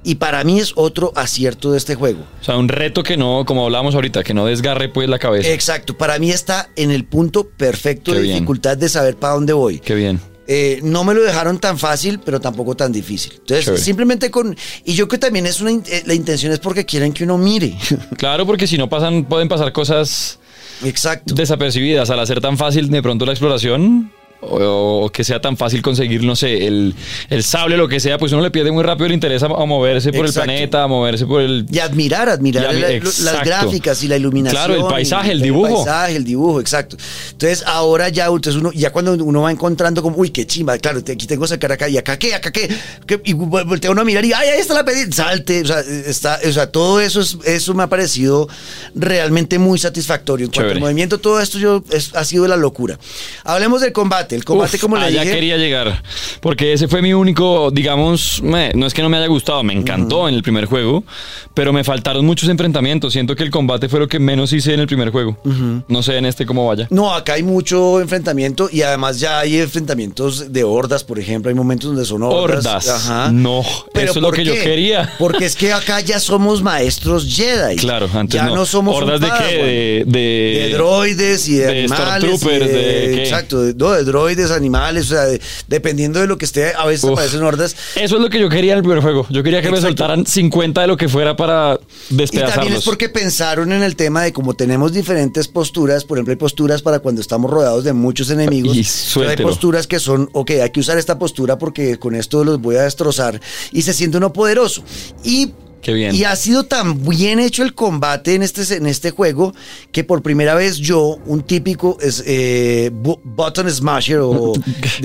Y para mí es otro acierto de este juego.
O sea, un reto que no, como hablábamos ahorita, que no desgarre pues la cabeza.
Exacto, para mí está en el punto perfecto
Qué
de
bien.
dificultad de saber para dónde voy.
Qué bien.
Eh, no me lo dejaron tan fácil, pero tampoco tan difícil. Entonces,
Chévere.
simplemente con. Y yo creo que también es una. in- eh, La intención es porque quieren que uno mire.
Claro, porque si no pasan, pueden pasar cosas
Exacto.
desapercibidas al hacer tan fácil de pronto la exploración. O, o que sea tan fácil conseguir, no sé, el, el sable, lo que sea, pues uno le pierde muy rápido el interés a, a moverse por
Exacto.
el planeta, a moverse por el
Y admirar, admirar
Y admi-
la- lo- las
exacto.
gráficas y la iluminación.
Claro, el paisaje, el
El
dibujo.
paisaje, el dibujo, exacto. Entonces, ahora ya, entonces uno, ya cuando uno va encontrando como, uy, qué chimba, claro, te- aquí tengo que sacar acá, y acá qué, acá qué, ¿Qué? y vu- voltea uno a mirar y, ay, ahí está la pedí, salte, o sea, está, o sea, todo eso, es- eso me ha parecido realmente muy satisfactorio. En cuanto al
Chévere.
movimiento, todo esto yo, es- ha sido la locura. Hablemos del combate, el combate
Uf,
como le
allá
dije.
quería llegar, porque ese fue mi único, digamos, me- no es que no me haya gustado, me encantó en el primer juego, pero me faltaron muchos enfrentamientos. Siento que el combate fue lo que menos hice en el primer juego. No sé en este cómo vaya.
No, acá hay mucho enfrentamiento y además ya hay enfrentamientos de hordas, por ejemplo. Hay momentos donde son hordas.
Hordas. No, eso es lo
¿por
que yo quería.
Porque es que acá ya somos maestros Jedi.
Claro, antes
ya no,
no.
somos un
¿Hordas de
Padawan.
qué? De, de-
De droides y de,
de
animales. y
Stormtroopers, ¿de qué?
exacto, de, no, de droides, animales, o sea, de- dependiendo de lo que esté, a veces
Uf.
aparecen hordas.
Eso es lo que yo quería en el primer juego. Yo quería que me
Exacto.
soltaran 50 de lo que fuera para
Y
despedazarlos.
también es porque pensaron en el tema de como tenemos diferentes posturas, por ejemplo, hay posturas para cuando estamos rodeados de muchos enemigos.
Y
entonces hay
suéltelo.
posturas que son, ok, hay que usar esta postura porque con esto los voy a destrozar. Y se siente uno poderoso. Y.
Qué bien.
Y ha sido tan bien hecho el combate en este, en este juego que por primera vez yo, un típico es, eh, bu- button smasher o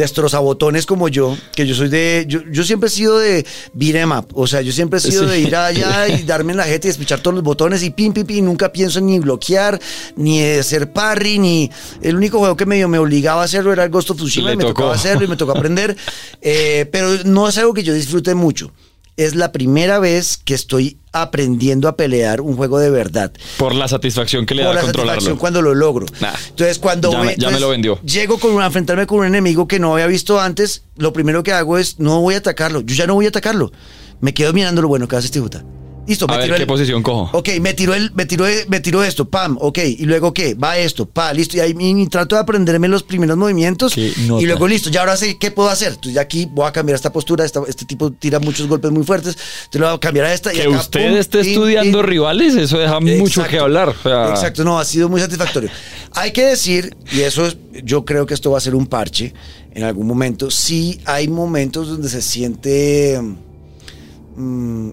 destrozabotones como yo, que yo soy de. Yo, yo siempre he sido de beat 'em up. O sea, yo siempre he sido
Sí.
de ir allá y darme en la jeta y despechar todos los botones y pim, pim, pim. Nunca pienso en ni bloquear, ni hacer parry, ni. El único juego que medio me obligaba a hacerlo era el Ghost of Tsushima
Le
y me tocaba
tocó.
hacerlo y me tocó aprender. Eh, pero no es algo que yo disfrute mucho. Es la primera vez que estoy aprendiendo a pelear un juego de verdad
Por la satisfacción que le
por
da
la
controlarlo.
satisfacción cuando lo logro.
Nah.
Entonces, cuando
Ya
ve-
me- ya me
entonces,
lo vendió.
Llego con, a enfrentarme con un enemigo que no había visto antes, lo primero que hago es no voy a atacarlo. Yo ya no voy a atacarlo. Me quedo mirándolo, bueno, ¿qué hace este puta? Listo,
A ver, ¿qué posición cojo?
Ok, me tiró, el, me, tiró, me tiró esto, pam, ok. ¿Y luego qué? Va esto, pa, listo. Y ahí y trato de aprenderme los primeros movimientos.
Qué nota.
Y luego listo, ya ahora sé qué puedo hacer. Entonces ya aquí voy a cambiar esta postura. esta- este tipo tira muchos golpes muy fuertes. Te lo voy a cambiar a esta. y
Que
acá,
usted
pum,
esté
tin,
estudiando
tin.
rivales, eso deja mucho
Exacto.
que hablar. o sea,
Exacto, no, ha sido muy satisfactorio. Hay que decir, y eso es, yo creo que esto va a ser un parche en algún momento, sí hay momentos donde se siente mm,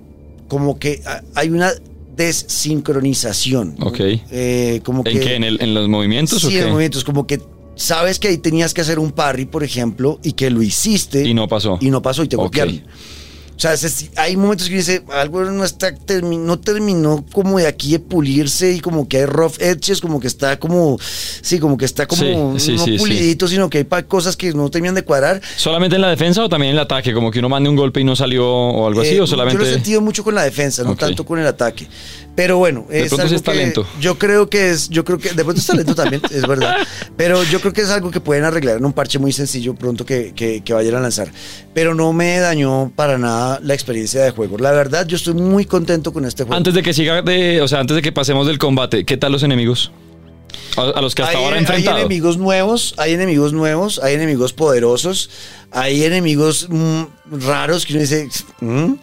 como que ah, hay una desincronización.
Ok.
Eh, como
¿En
que,
qué? ¿En, el- en los movimientos o
Sí,
qué?
en momentos, como que sabes que ahí tenías que hacer un parry, por ejemplo, y que lo hiciste.
Y no pasó.
Y no pasó y te
Ok.
golpearon. O sea, se- hay momentos que dice, algo no está termi- no terminó como de aquí de pulirse y como que hay rough edges, como que está como, sí, como que está como
Sí, sí,
no
sí, sí.
pulidito, sino que hay pa- cosas que no terminan de cuadrar.
¿Solamente en la defensa o también en el ataque? Como que uno mande un golpe y no salió o algo así,
Eh,
o solamente.
Yo lo he sentido mucho con la defensa, no
Ok.
tanto con el ataque. Pero bueno,
De
es
pronto sí
algo
es
que
talento.
Yo creo que es, yo creo que de pronto es talento también, es verdad. Pero yo creo que es algo que pueden arreglar en un parche muy sencillo pronto que, que, que vayan a lanzar. Pero no me dañó para nada la experiencia de juego. La verdad, yo estoy muy contento con este juego.
Antes de que siga de, o sea, antes de que pasemos del combate, ¿qué tal los enemigos? A, a los que hasta
hay,
ahora he
hay
enfrentado.
enemigos nuevos, hay enemigos nuevos, hay enemigos poderosos, hay enemigos mm, raros que uno dice, "¿Mm?".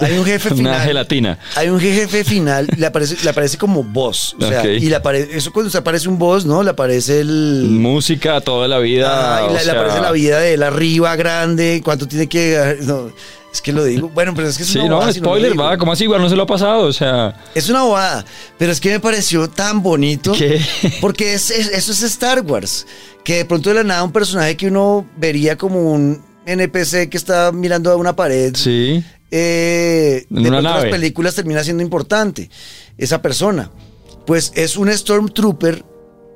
hay un jefe
Una
final.
gelatina.
Hay un jefe final, le aparece, le aparece como boss. O sea,
Ok.
y le apare- eso cuando se aparece un boss, ¿no? Le aparece el.
Música, toda la vida.
Ajá, y
o
le, le
sea,
aparece la vida de él arriba, grande, cuánto tiene que. no, es que lo digo. Bueno, pero es que es
Sí,
una
no,
bobada si lo
spoiler,
digo.
va, ¿cómo así? Igual no se lo ha pasado, o sea.
Es una bobada, pero es que me pareció tan bonito.
¿Qué?
Porque es- es- eso es Star Wars. Que de pronto de la nada un personaje que uno vería como un NPC que está mirando a una pared.
Sí.
eh,
En
de
una
pronto
nave.
las películas termina siendo importante esa persona. Pues es un Stormtrooper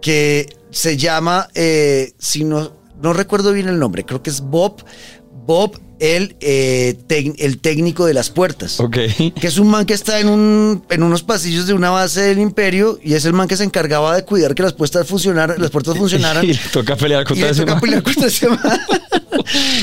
que se llama, eh, si no, no recuerdo bien el nombre, creo que es Bob, Bob el, eh, tec- el técnico de las puertas
Ok.
que es un man que está en, un, en unos pasillos de una base del imperio y es el man que se encargaba de cuidar que las puertas funcionaran, las puertas funcionaran.
Y le toca pelear
Y
contra
le
ese
toca
man.
pelear contra ese man.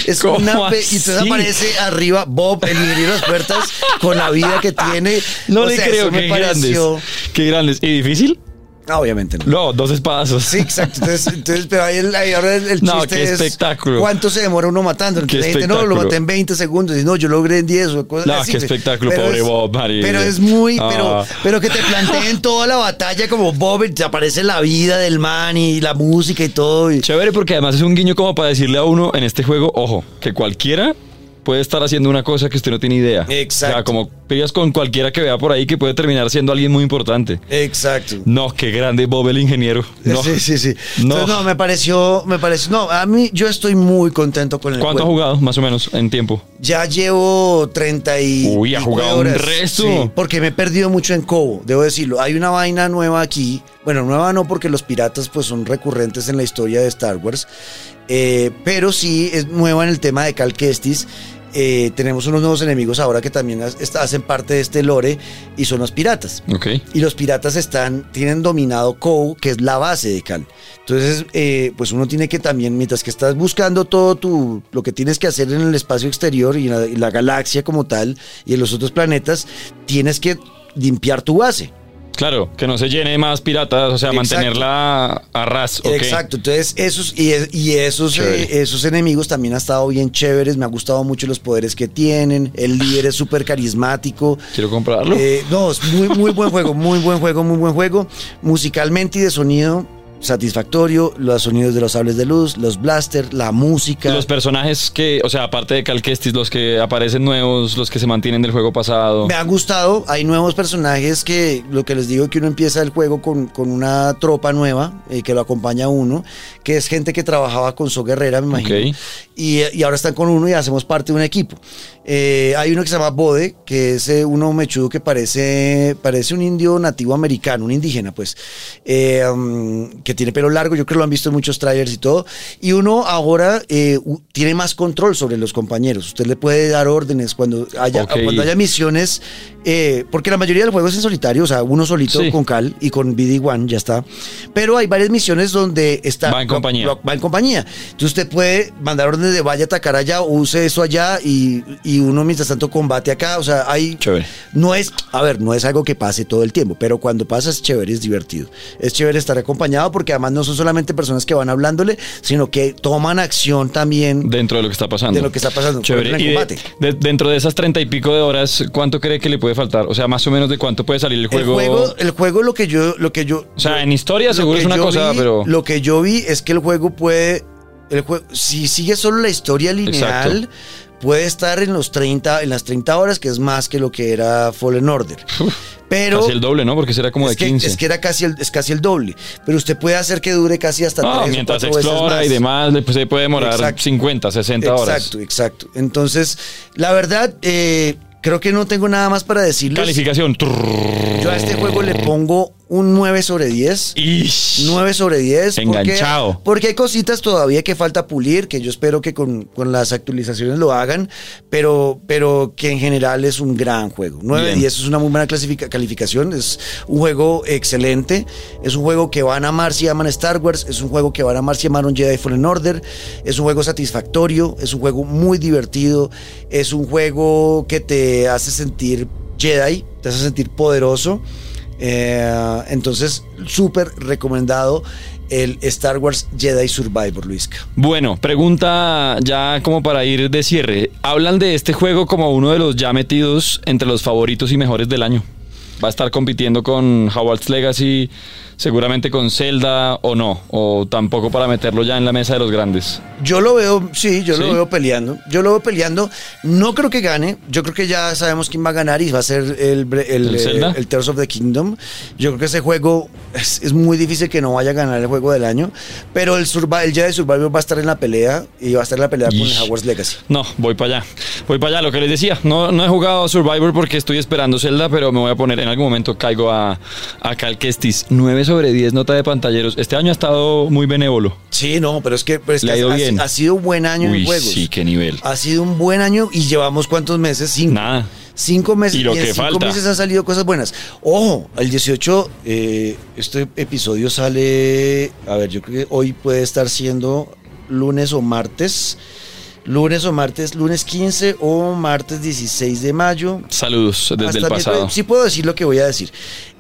Es
¿Cómo
una pe-
así?
y entonces aparece arriba Bob, el ingeniero de las puertas, con la vida que tiene.
No
O
le
sea,
creo,
eso me
qué
pareció-
grandes. Qué grandes. ¿Y difícil?
No, obviamente no.
No, dos espadazos.
Sí, exacto. Entonces, entonces, pero ahí, el, ahí ahora el, el
No,
chiste
qué
es
espectáculo.
cuánto se demora uno matando.
Qué
Entonces, la gente no lo
espectáculo.
maté en 20 segundos. Y no, yo logré en 10 o cosas
No,
así.
qué
güey.
espectáculo, pobre
es-
Bob, marica.
Pero es muy, pero,
Ah.
pero que te planteen toda la batalla como Bob, y te aparece la vida del man y la música y todo. y-
Chévere porque además es un guiño como para decirle a uno en este juego, ojo, que cualquiera puede estar haciendo una cosa que usted no tiene idea.
Exacto.
O sea, como pegas con cualquiera que vea por ahí que puede terminar siendo alguien muy importante.
Exacto.
No, qué grande Bob el ingeniero. No.
Sí, sí, sí.
No.
Entonces, no, me pareció, me pareció, no, a mí yo estoy muy contento con el
¿Cuánto ha
juego.
jugado más o menos en tiempo?
Ya llevo 30 y
Uy, ha
y
jugado
nueve
un resto.
Sí, porque me he perdido mucho en Cobo, debo decirlo. Hay una vaina nueva aquí. Bueno, nueva no porque los piratas pues son recurrentes en la historia de Star Wars. Eh, pero sí es nueva en el tema de Cal Kestis. Eh, tenemos unos nuevos enemigos ahora que también has- est- hacen parte de este lore y son los piratas.
Ok.
Y los piratas están, tienen dominado Kou, que es la base de Khan. Entonces, eh, pues uno tiene que también, mientras que estás buscando todo tu, lo que tienes que hacer en el espacio exterior y en la, y la galaxia como tal y en los otros planetas, tienes que limpiar tu base.
Claro, que no se llene de más piratas, o sea,
Exacto.
mantenerla a ras. ok.
Exacto, entonces esos y, es- y esos,
Chévere.
eh, esos enemigos también han estado bien chéveres, me ha gustado mucho los poderes que tienen, el líder es súper carismático,
Quiero comprarlo.
Eh, no, es muy, muy buen juego, muy buen juego, muy buen juego. Musicalmente y de sonido, satisfactorio. Los sonidos de los sables de luz, los blasters, la música.
Los personajes que, o sea, aparte de Cal Kestis, los que aparecen nuevos, los que se mantienen del juego pasado.
me han gustado, hay nuevos personajes que lo que les digo que uno empieza el juego con, con una tropa nueva eh, que lo acompaña a uno, que es gente que trabajaba con So Guerrera, me imagino.
Ok.
Y, y ahora están con uno y hacemos parte de un equipo. Eh, hay uno que se llama Bode, que es eh, uno mechudo que parece, parece un indio nativo americano, un indígena, pues, eh, um, que tiene pelo largo, yo creo que lo han visto en muchos trailers y todo, y uno ahora eh, u- tiene más control sobre los compañeros, usted le puede dar órdenes cuando haya,
Ok.
cuando haya misiones, eh, porque la mayoría del juego es en solitario, o sea, uno solito
Sí.
con Cal y con BD1, ya está, pero hay varias misiones donde está...
Va en
lo-
compañía.
lo- va en compañía. Entonces usted puede mandar órdenes de vaya a atacar allá o use eso allá y, y uno mientras tanto combate acá, o sea, hay...
Chévere.
No es, a ver, no es algo que pase todo el tiempo, pero cuando pasa es chévere, es divertido. Es chévere estar acompañado porque además no son solamente personas que van hablándole, sino que toman acción también.
Dentro de lo que está pasando.
De lo que está pasando,
Chévere.
en el
Y de-
combate.
de- dentro de esas treinta y pico de horas, ¿cuánto cree que le puede faltar? O sea, más o menos de cuánto puede salir el
El
juego.
juego, el juego lo que yo, lo que yo,
o sea, en historia
Lo
seguro
que
es una
yo
cosa,
vi-
pero.
Lo que yo vi es que el juego puede. El juego, si sigue solo la historia lineal, puede estar en los 30, en las 30 horas, que es más que lo que era Fallen Order. Pero.
casi el doble, ¿no? Porque será como
es
de
que,
15.
es que era casi el, es casi el doble. Pero usted puede hacer que dure casi hasta
Ah,
3 o
mientras
4 veces
explora
más.
y demás, le- pues, se puede demorar
Exacto.
50, 60 horas.
Exacto, exacto. Entonces, la verdad, eh, creo que no tengo nada más para decirles.
Calificación. Trrr.
Yo a este juego le pongo un 9 sobre 10.
Ish.
9 sobre 10. porque-
Enganchado.
Porque, hay cositas todavía que falta pulir, que yo espero que con, con las actualizaciones lo hagan, pero, pero que en general es un gran juego. 9
Bien.
10 es una muy buena clasifica- calificación, es un juego excelente, es un juego que van a amar si aman Star Wars, es un juego que van a amar si amaron Jedi Fallen Order, es un juego satisfactorio, es un juego muy divertido, es un juego que te hace sentir Jedi, te hace sentir poderoso. Eh, entonces, súper recomendado el Star Wars Jedi Survivor, Luisca.
Bueno, pregunta ya como para ir de cierre. Hablan de este juego como uno de los ya metidos entre los favoritos y mejores del año. ¿Va a estar compitiendo con Howard's Legacy, seguramente con Zelda o no? ¿O tampoco para meterlo ya en la mesa de los grandes?
Yo lo veo, sí, yo
¿Sí?
lo veo peleando. Yo lo veo peleando. No creo que gane. Yo creo que ya sabemos quién va a ganar y va a ser el, bre- el,
¿El
eh,
Zelda?
el Tears of the Kingdom. Yo creo que ese juego es, es muy difícil que no vaya a ganar el juego del año. Pero el, Survi- el Jedi Survivor va a estar en la pelea y va a estar en la pelea con el
Ish.
Hogwarts Legacy.
No, voy para allá. Voy para allá, lo que les decía. No, no he jugado Survivor porque estoy esperando Zelda, pero me voy a poner en algún momento caigo a, a Cal Kestis. 9 sobre 10 nota de pantalleros. Este año ha estado muy benévolo.
Sí, no, pero es que, pero es
Le
que
ha ido
ha,
bien.
ha sido un buen año
Uy,
en juegos.
sí, qué nivel.
Ha sido un buen año y llevamos cuántos meses? Cinco.
Nada.
Cinco meses
Y lo
en
que
cinco
falta.
meses han salido cosas buenas. Ojo, el 18, eh, este episodio sale. A ver, yo creo que hoy puede estar siendo lunes o martes. Lunes o martes, lunes 15 o martes 16 de mayo.
Saludos desde
Hasta
el pasado.
miércoles- Sí puedo decir lo que voy a decir.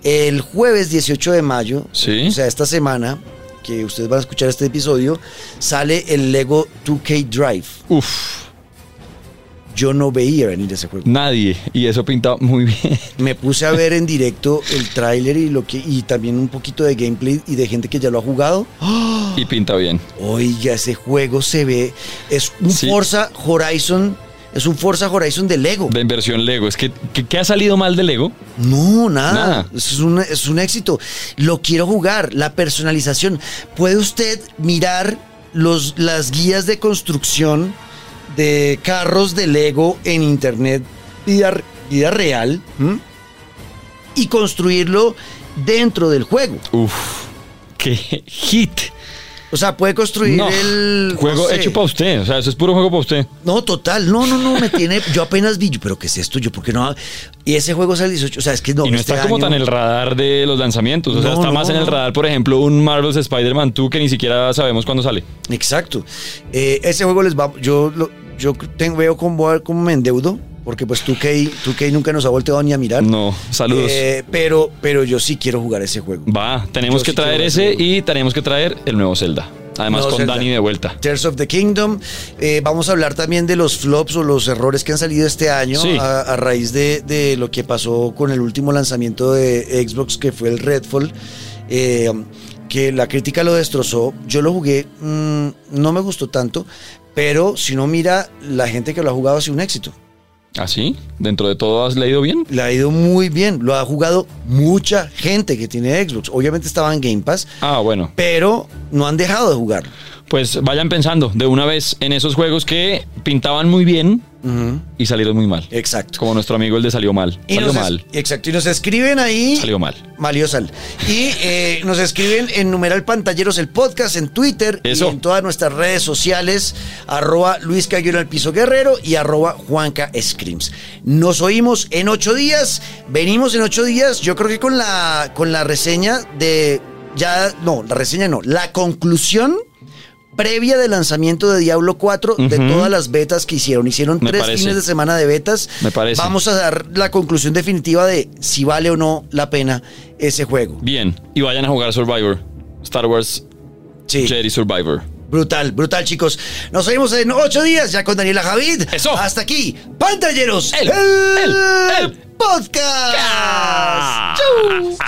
El jueves 18 de mayo,
Sí.
o sea, esta semana que ustedes van a escuchar este episodio, sale el Lego 2K Drive.
Uf,
Yo no veía venir ese juego.
nadie. Y eso pinta muy bien.
Me puse a ver en directo el tráiler y lo que y también un poquito de gameplay y de gente que ya lo ha jugado.
Y pinta bien.
Oiga, ese juego se ve es un
Sí.
Forza Horizon, es un Forza Horizon de Lego.
De inversión Lego. Es que, que- ¿qué ha salido mal de Lego?
No, nada.
Nada.
Es, un, es un éxito. Lo quiero jugar. La personalización. Puede usted mirar los, las guías de construcción de carros de Lego en internet, vida, vida real, ¿m? y construirlo dentro del juego.
Uf, qué hit.
O sea, puede construir
No,
Pues el. no
juego
sé.
hecho para usted. O sea, eso es puro juego para usted.
No, total. No, no, no. Me tiene. Yo apenas vi. yo, Pero ¿qué es esto? Yo, ¿por qué no? Y ese juego sale el 18. O sea, es que no.
y no
este
está como
año-
tan en el radar de los lanzamientos. O sea,
No,
está
no,
más en el
no.
radar, por ejemplo, un Marvel's Spider-Man 2 que ni siquiera sabemos cuándo sale.
Exacto. Eh, ese juego les va. Yo, lo- yo tengo, veo cómo, cómo me endeudo, porque pues 2K, 2K nunca nos ha volteado ni a mirar.
No, saludos.
Eh, pero, pero yo sí quiero jugar ese juego.
Va, tenemos
yo
que
sí
traer
quiero
ese
verlo.
y tenemos que traer el nuevo Zelda. Además,
Nuevo
con
Zelda.
Dani de vuelta.
Tears of the Kingdom. Eh, vamos a hablar también de los flops o los errores que han salido este año
Sí.
a, a raíz de, de lo que pasó con el último lanzamiento de Xbox, que fue el Redfall. eh, que la crítica lo destrozó. Yo lo jugué, mm, no me gustó tanto, pero si no mira, la gente que lo ha jugado ha sido un éxito.
¿Así? ¿Ah, ¿Dentro de todo has leído bien?
Le ha ido muy bien, lo ha jugado mucha gente que tiene Xbox. Obviamente estaba en Game Pass,
Ah, bueno.
pero no han dejado de jugar.
Pues vayan pensando de una vez en esos juegos que pintaban muy bien, y salieron muy mal.
Exacto.
Como nuestro amigo el de salió mal.
Y
salió
nos es-
mal.
Exacto. Y nos escriben ahí.
Salió mal.
Valió sal. Y eh, nos escriben en numeral pantalleros el podcast, en Twitter
Eso.
y en todas nuestras redes sociales, arroba Luis Cayuelo al Piso Guerrero y arroba Juanca Screams. Nos oímos en ocho días, venimos en ocho días, yo creo que con la, con la reseña de, ya, no, la reseña no, la conclusión previa del lanzamiento de Diablo 4 de
Ujú.
todas las betas que hicieron. Hicieron
Me
tres
parece.
fines de semana de betas.
Me parece.
Vamos a dar la conclusión definitiva de si vale o no la pena ese juego.
Bien. Y vayan a jugar Survivor. Star Wars
Sí.
Jedi Survivor.
Brutal, brutal, chicos. Nos vemos en ocho días ya con Daniela Javid.
Eso.
Hasta aquí, Pantalleros,
El- el- el
podcast.
Ah.
Chau.